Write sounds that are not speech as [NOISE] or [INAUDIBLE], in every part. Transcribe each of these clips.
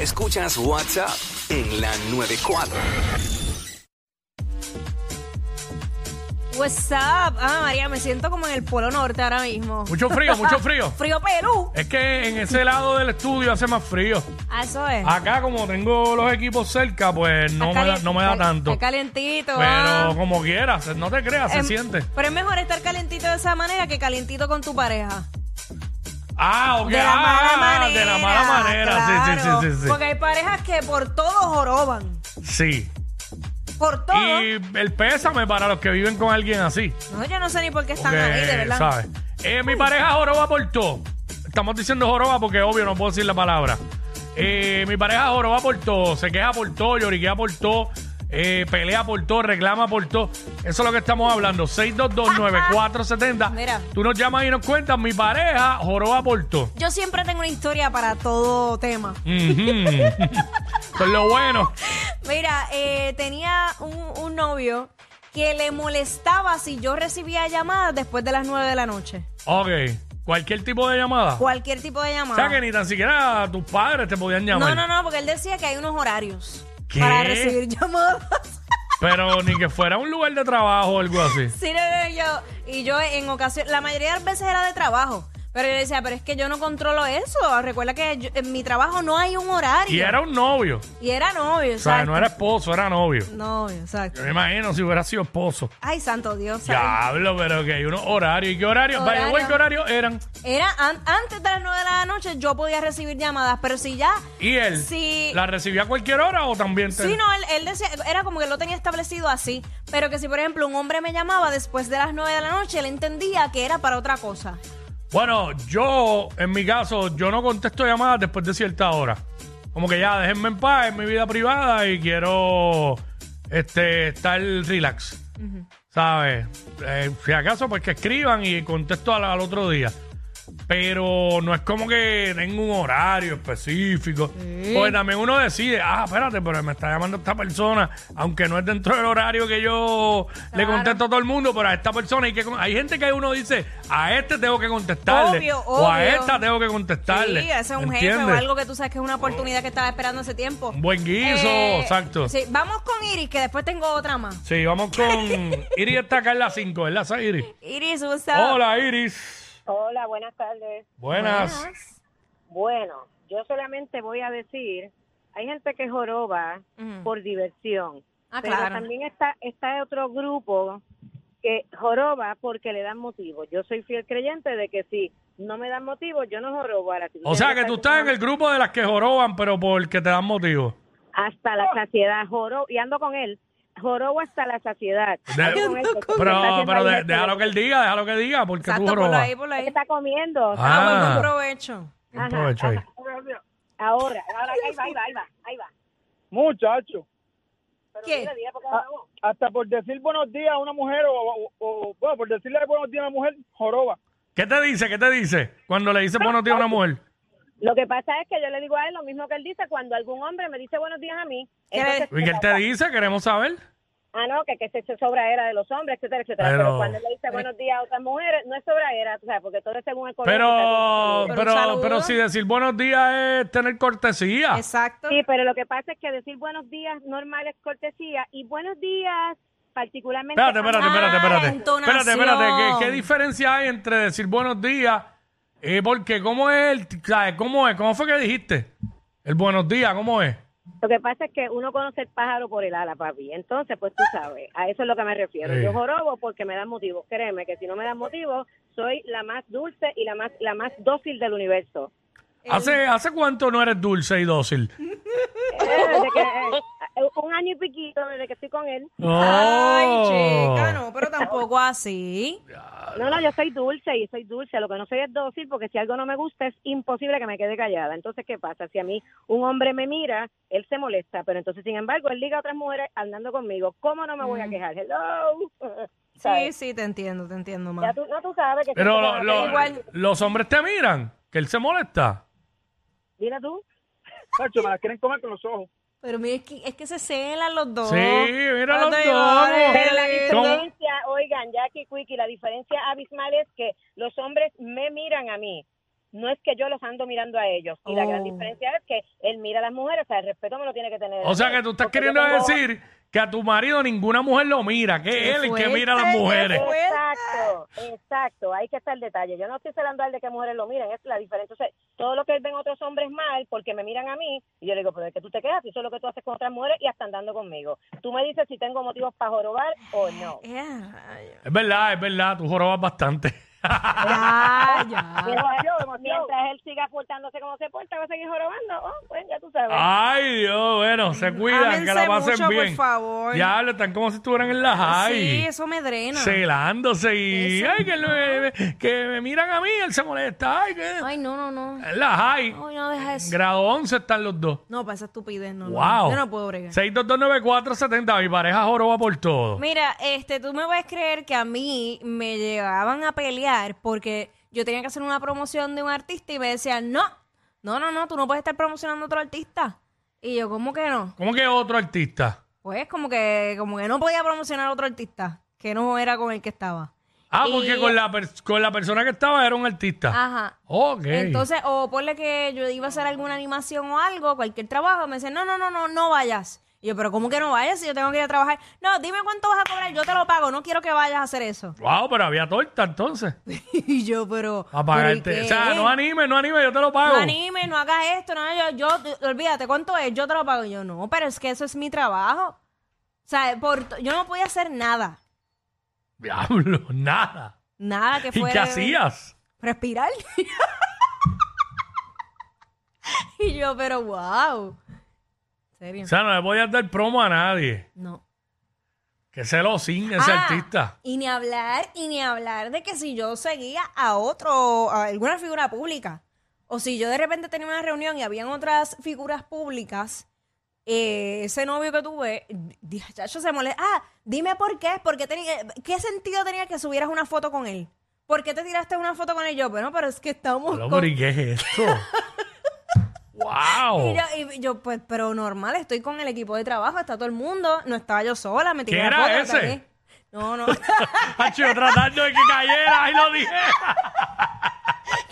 Escuchas WhatsApp en la 94. What's up? Ah, María, me siento como en el Polo Norte ahora mismo. Mucho frío, [LAUGHS] mucho frío. Frío Perú. Es que en ese lado del estudio hace más frío. Ah, eso es. Acá, como tengo los equipos cerca, pues no, Está me da, calen- no me da está- tanto. Está calentito. ah. Pero como quieras, no te creas, Em, se siente. Pero es mejor estar calentito de esa manera que calentito con tu pareja. Ah, ok. De la ah, mala manera. De la mala manera. Sí, claro. Sí, sí, sí, sí. Porque hay parejas que por todo joroban. Sí. Por todo. Y el pésame para los que viven con alguien así. No, yo no sé ni por qué están porque, ahí, de verdad. ¿sabes? Eh, mi pareja joroba por todo. Estamos diciendo joroba porque obvio no puedo decir la palabra. Eh, mi pareja joroba por todo, se queja por todo, lloriquea por todo, eh, pelea por todo, reclama por todo. Eso es lo que estamos hablando. 6229470. [LAUGHS] Mira. Tú nos llamas y nos cuentas, mi pareja joroba por todo. Yo siempre tengo una historia para todo tema. Ujú. [LAUGHS] Eso es lo bueno. Mira, eh, tenía un, un novio que le molestaba si yo recibía llamadas después de las 9 de la noche. Ok, cualquier tipo de llamada. Cualquier tipo de O llamada. sea que ni tan siquiera tus padres te podían no, llamar. no, no, porque él decía que hay unos horarios ¿Qué? para recibir [LAUGHS] llamadas. Pero ni que fuera un lugar de trabajo o algo así. Sí, no, no, yo- y yo en ocasión, la mayoría de las veces era de trabajo. Pero yo decía, pero es que yo no controlo eso. Recuerda que yo- en mi trabajo no hay un horario. Y era un novio. Y era novio, O sea, exacto. no era esposo, era novio. Novio, exacto. Yo me imagino si hubiera sido esposo. Ay, santo Dios. ¿sabes? Diablo, pero que hay unos horarios. ¿Y qué horarios? Vaya, Horario. güey, ¿qué horarios eran? Era an- antes de las 9 de la noche yo podía recibir llamadas, pero si ya... ¿Y él? Sí. ¿La recibía a cualquier hora o también? te- Sí, no, él, él decía, era como que lo tenía establecido así, pero que si por ejemplo un hombre me llamaba después de las 9 de la noche, él entendía que era para otra cosa. Bueno, yo, en mi caso, yo no contesto llamadas después de cierta hora. Como que ya, déjenme en paz, es mi vida privada y quiero este, estar relax. ¿Sabes? Eh, si acaso, pues que escriban y contesto al, al otro día. Pero no es como que tengo un horario específico. Porque también uno decide, ah, espérate, pero me está llamando esta persona, aunque no es dentro del horario que yo le Claro. contesto a todo el mundo, pero a esta persona hay que... con- Hay gente que uno dice, a este tengo que contestarle. Obvio, O a obvio. esta tengo que contestarle. Sí, ese es un jefe o ¿Entiendes? algo que tú sabes que es una oportunidad que estaba esperando hace tiempo. Eh, Un buen guiso, exacto. Sí, vamos con Iris, que después tengo otra más. Sí, [LAUGHS] vamos con... Iris está acá en la 5, ¿verdad, esa Iris? Iris, what's up? Hola, Iris. Hola, buenas tardes. Buenas. Bueno, yo solamente voy a decir, hay gente que joroba Ujú. por diversión, Ah, pero claro. también está está otro grupo que joroba porque le dan motivo. Yo soy fiel creyente de que si no me dan motivo, yo no jorobo. Ahora, si O sea, tienes que tú estás en el grupo de las que joroban, pero porque te dan motivo. hasta la saciedad jorobo y ando con él. Jorobo hasta la saciedad. De- Ando con él porque me está Pero, haciendo pero ahí de- el- déjalo que él diga, déjalo que diga, porque este Exacto, tú por jorobas. ahí, por ¿Qué ahí. está comiendo. Ah, Ah, bueno, buen provecho. Buen provecho ahí. Ahora, ahora, ahí va, ahí va, ahí va, ahí va. Muchacho, Pero ¿Qué? mira, dile por qué Ah. jorobo. hasta por decir buenos días a una mujer o, o- o- bueno, por decirle buenos días a una mujer, joroba. ¿Qué te dice? ¿Qué te dice? Cuando le dice buenos días a una mujer. Lo que pasa es que yo le digo a él lo mismo que él dice cuando algún hombre me dice buenos días a mí. ¿Qué entonces- ¿Y qué él te dice? Queremos saber. Ah, no, que, que se, se sobra era de los hombres, etcétera, etcétera. Pero- Pero, cuando él le dice buenos días a otras mujeres, no es sobra era, o sea, porque todo es según el color. Pero, Pero un pero, saludo. pero si decir buenos días es tener cortesía. Exacto. Sí, pero lo que pasa es que decir buenos días normal es cortesía y buenos días particularmente... Espérate, espérate, espérate, espérate. Ah, entonación. Espérate, espérate. ¿Qué, qué diferencia hay entre decir buenos días? Eh, porque, ¿cómo es? el- ¿Sabes? ¿Cómo es? ¿Cómo fue que dijiste? El buenos días, ¿cómo es? Lo que pasa es que uno conoce el pájaro por el ala, papi. Entonces, pues tú sabes, a eso es lo que me refiero. Sí. Yo jorobo porque me dan motivos. Créeme que si no me dan motivos, soy la más dulce y la más, la más dócil del universo. Mm. ¿Hace, ¿Hace cuánto no eres dulce y dócil? Eh, de que, eh, eh, un un año y piquito desde que estoy con él. Ay, Oh. chica, no, pero tampoco así. No, no, yo soy dulce y soy dulce. Lo que no soy es dócil porque si algo no me gusta es imposible que me quede callada. Entonces, ¿qué pasa? Si a mí un hombre me mira, él se molesta, pero entonces, sin embargo, él liga a otras mujeres andando conmigo. ¿Cómo no me voy a quejar? Hello. [LAUGHS] Sí, ¿Sabes? sí, te entiendo, te entiendo, Ya más. tú, no, tú sabes que... Pero siempre lo- me va a lo- pedir- igual. los hombres te miran, que él se molesta. Mira tú. Sacho, me las quieren comer con los ojos. Pero mira, es que, es que se celan los dos. Sí, mira No los te dos. vale. Pero la ¿Cómo? diferencia, oigan, Jackie Quickie, la diferencia abismal es que los hombres me miran a mí. No es que yo los ando mirando a ellos. Y la Oh. gran diferencia es que él mira a las mujeres. O sea, el respeto me lo tiene que tener. O sea que tú estás Porque yo queriendo tengo- decir que a tu marido ninguna mujer lo mira, que Qué es él el que fuerte, mira a las qué mujeres. fuerte. Exacto, exacto. Ahí que está el detalle. Yo no estoy celando al de que mujeres lo miren. Es la diferencia. Entonces, todo lo que ven otros hombres mal, porque me miran a mí, y yo le digo, pero es que tú te quedas. Eso es lo que tú haces con otras mujeres y hasta andando conmigo. Tú me dices si tengo motivos para jorobar o no. Eh, rayo. Es verdad, es verdad, tú jorobas bastante. [LAUGHS] [LAUGHS] Ya, ya. Mientras, mientras él siga portándose como se porta, va a seguir jorobando. Oh, pues ya tú sabes. Ay, Dios, bueno, se [LAUGHS] cuidan, que Ámense la pasen mucho, por bien. favor. Ya, lo están como si estuvieran en la Sí, high. eso me drena. celándose y. Ay, que, lo- que me miran a mí, él se molesta. Ay, que. Ay, no, no, no. En la high. Ay, no deja En eso. grado 11 están los dos. No, para esa estupidez, no. no. wow. Yo no puedo bregar. 6229470, mi pareja joroba por todo. Mira, este, tú me vas a creer que a mí me llegaban a pelear porque yo tenía que hacer una promoción de un artista y me decían, no, no, no, no, tú no puedes estar promocionando a otro artista. Y yo, ¿cómo que no? ¿Cómo que otro artista? Pues como que, como que no podía promocionar a otro artista, que no era con el que estaba. Ah, Y- porque con la, per- con la persona que estaba era un artista. Ajá. Ok. Entonces, o ponle que yo iba a hacer alguna animación o algo, cualquier trabajo, me dicen, no, no, no, no, no vayas. Y yo, pero ¿cómo que no vayas si yo tengo que ir a trabajar? No, dime cuánto vas a cobrar, yo te lo pago, no quiero que vayas a hacer eso. [LAUGHS] Wow, pero había torta entonces. Y yo, pero. ¿pero y A pagarte. qué? O sea, no anime, no anime, yo te lo pago. No anime, no hagas esto, no, yo, yo- olvídate, ¿cuánto es? Yo te lo pago. Y yo, no, pero es que eso es mi trabajo. O sea, por, t- yo no podía hacer nada. Diablo, nada. Nada que ¿Y fuera. qué hacías? Respirar. [LAUGHS] y yo, pero wow. ¿En serio? O sea, no le podías dar promo a nadie. No. Que se lo sin ese Ah, artista. Y ni hablar, y ni hablar de que si yo seguía a otro, a alguna figura pública, o si yo de repente tenía una reunión y habían otras figuras públicas, eh, ese novio que tuve, dije, chacho, se molesta. Ah, dime por qué, porque tenía, ¿qué sentido tenía que subieras una foto con él? ¿Por qué te tiraste una foto con él? Yo, bueno, pero es que estamos Pero, con... pero, ¿y qué [LAUGHS] es esto? Y ¡Wow! yo, y yo, pues, pero normal, estoy con el equipo de trabajo, está todo el mundo, no estaba yo sola, me tiré ¿Quién la era foto, la ese? saqué. No, [LAUGHS] no. Hacho, yo tratando de que cayera, ahí lo dije.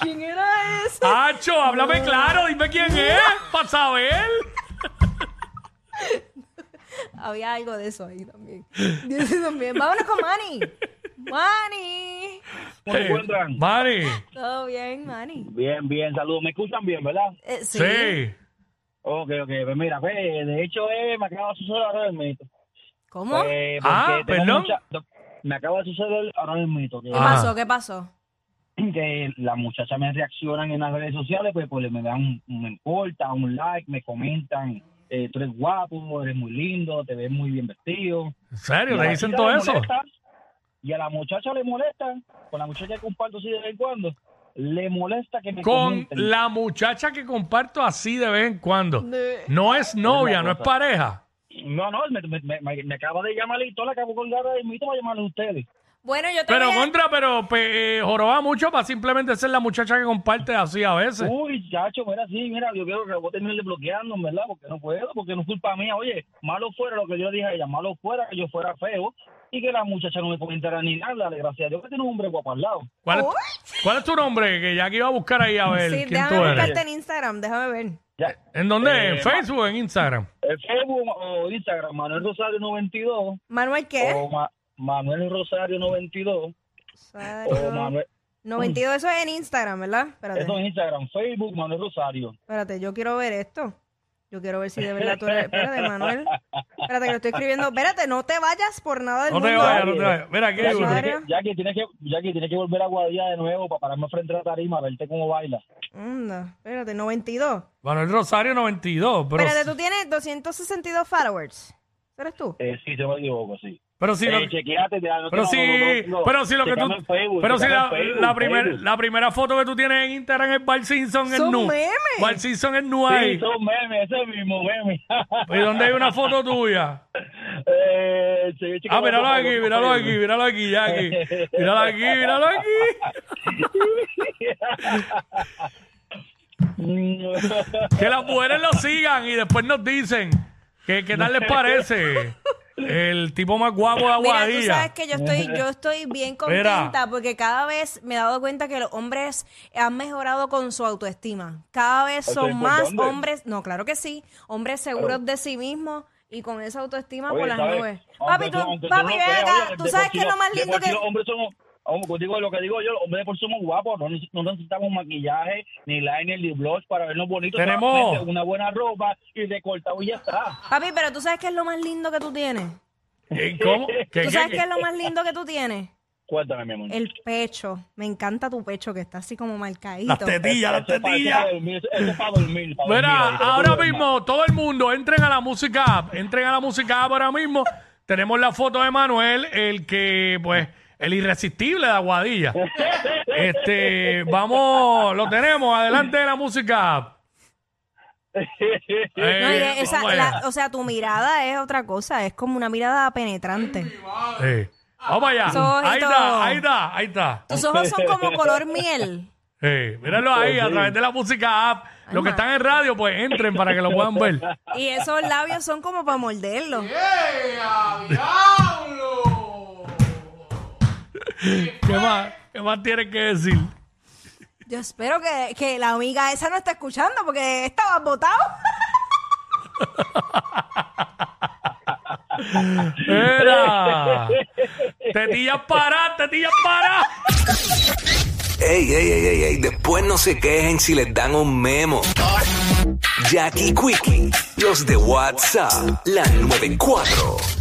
¿Quién era ese? Ah. Hacho, Ah. háblame claro, dime quién es, para saber. Había algo de eso ahí también. [LAUGHS] De eso también. Vámonos con Manny. Manny. ¿Cómo se encuentran? Mari, Todo bien, Manny. Bien, bien, saludos. ¿Me escuchan bien, verdad? Eh, sí. sí. Ok, ok, pues mira, pues, de hecho eh, me acaba de suceder ahora el mito. ¿Cómo? Eh, porque Ah, tengo perdón. me acaba de suceder ahora el mito que, ¿Qué Ah. pasó? ¿Qué pasó? que las muchachas me reaccionan en las redes sociales, pues, pues me dan un, un me corta, un like, me comentan, eh, tú eres guapo, eres muy lindo, te ves muy bien vestido. ¿En serio? Y a ¿Le la dicen chica todo le eso? molesta, y a la muchacha le molesta, con la muchacha que comparto así de vez en cuando, le molesta que me Con comenten. la muchacha que comparto así de vez en cuando. No es novia, no es pareja. No, no, me, me, me, me acaba de llamar y todo la acabo con garra de mito para llamarle a ustedes. Bueno, yo te Pero voy a- contra, pero pe- eh, joroba mucho para simplemente ser la muchacha que comparte así a veces. Uy, chacho, mira, sí, mira, yo creo que voy a terminar bloqueando, en ¿verdad? Porque no puedo, porque no es culpa mía. Oye, malo fuera lo que yo dije a ella, malo fuera que yo fuera feo y que la muchacha no me comentara ni nada. Gracias a Dios que tiene un hombre guapo al lado. ¿Cuál es, cuál es tu nombre? Que ya que iba a buscar ahí a ver Sí, quién tú déjame eres. buscarte en Instagram, déjame ver. Ya, ¿En dónde? ¿En Eh, Facebook o en Instagram? el Facebook o Instagram, Manuel Rosario 92 Manuel, ¿qué? o Ma- Manuel Rosario 92 o Rosario. Oh, Manuel... 92, eso es en Instagram, ¿verdad? Espérate, Eso es Instagram, Facebook, Manuel Rosario. espérate, yo quiero ver esto. Yo quiero ver si de verdad tú eres... [LAUGHS] Espérate, Manuel. Espérate, que lo estoy escribiendo. Espérate, no te vayas por nada del No te mundo. vayas, no te vayas. Mira aquí. Ya que, Rosario. Bueno. tienes que, ya que tienes que, ya que tienes que volver a Guadilla de nuevo para pararme frente a la tarima, a verte cómo baila. Anda, espérate, 92. Manuel Rosario 92. Pero Espérate, tú tienes 262 followers. ¿Eres tú? Eh, sí, yo me equivoco, sí. Pero si, lo- eh, chequeate, te da- no, pero no, si, no, no, no. pero si lo que tú, Checame en Facebook, pero si checame la, en Facebook, la en primer- Facebook. la primera foto que tú tienes en Instagram es Bart Simpson en Son nu. memes. Bart Simpson en nu Sí, ahí. son memes, ese es el mismo meme. ¿Y dónde hay una foto tuya? [LAUGHS] eh, sí, Ah, checame míralo en aquí, Facebook, míralo en aquí, Facebook. míralo aquí, Jackie. Míralo aquí, míralo aquí. [LAUGHS] Que las mujeres lo sigan y después nos dicen que qué tal les parece el tipo más guapo de Mira, tú sabes Aguadilla. que yo estoy, [LAUGHS] yo estoy bien contenta porque cada vez me he dado cuenta que los hombres han mejorado con su autoestima. Cada vez son ¿Estoy por más dónde? hombres, no, claro que sí, hombres seguros de sí mismos y con esa autoestima Oye, Ah, por las ¿sabes? nubes. Aunque Papi, tú, aunque papi, no ven creas, acá, oye, tú de sabes por que es sí lo los- más de lindo por sí que... Los hombres somos, vamos, contigo lo que digo yo, los hombres de por sí somos guapos, no, neces- no necesitamos maquillaje, ni liner, ni blush para vernos bonitos. Tenemos- solamente una buena ropa y de cortado y ya está. Papi, pero tú sabes que es lo más lindo que tú tienes. ¿Y ¿Cómo? ¿Qué, ¿Tú qué, sabes qué? qué es lo más lindo que tú tienes? Cuéntame, mi amor. El pecho. Me encanta tu pecho que está así como marcadito. Las tetillas, las Eso es para- eso es tetillas. para dormir, eso- eso es para dormir. para dormir, Mira, ahí, que no ahora duerma. mismo, todo el mundo, entren a la música app, entren a la música app ahora mismo. Tenemos la foto de Manuel, el que, pues, el irresistible de Aguadilla. Este, vamos, lo tenemos, adelante de la música app. Eh, No, y de- esa- vamos la- allá. o sea, tu mirada es otra cosa, es como una mirada penetrante. Sí. Eh, Vamos allá. Esos ojitos. Ahí está, ahí está, ahí está. Tus ojos son como color miel. Sí, mírenlo ahí a través de la música app. Los que están en radio, pues entren para que lo puedan ver. Y esos labios son como para morderlos. ¿Qué más, qué más tienes que decir? Yo espero que, que la amiga esa no está escuchando porque estaba botado. [LAUGHS] [LAUGHS] Era. Tetillas para, tetillas para. Ey, ey, ey, ey, ey, después no se quejen si les dan un memo. Jackie Quickie, los de WhatsApp, la 94.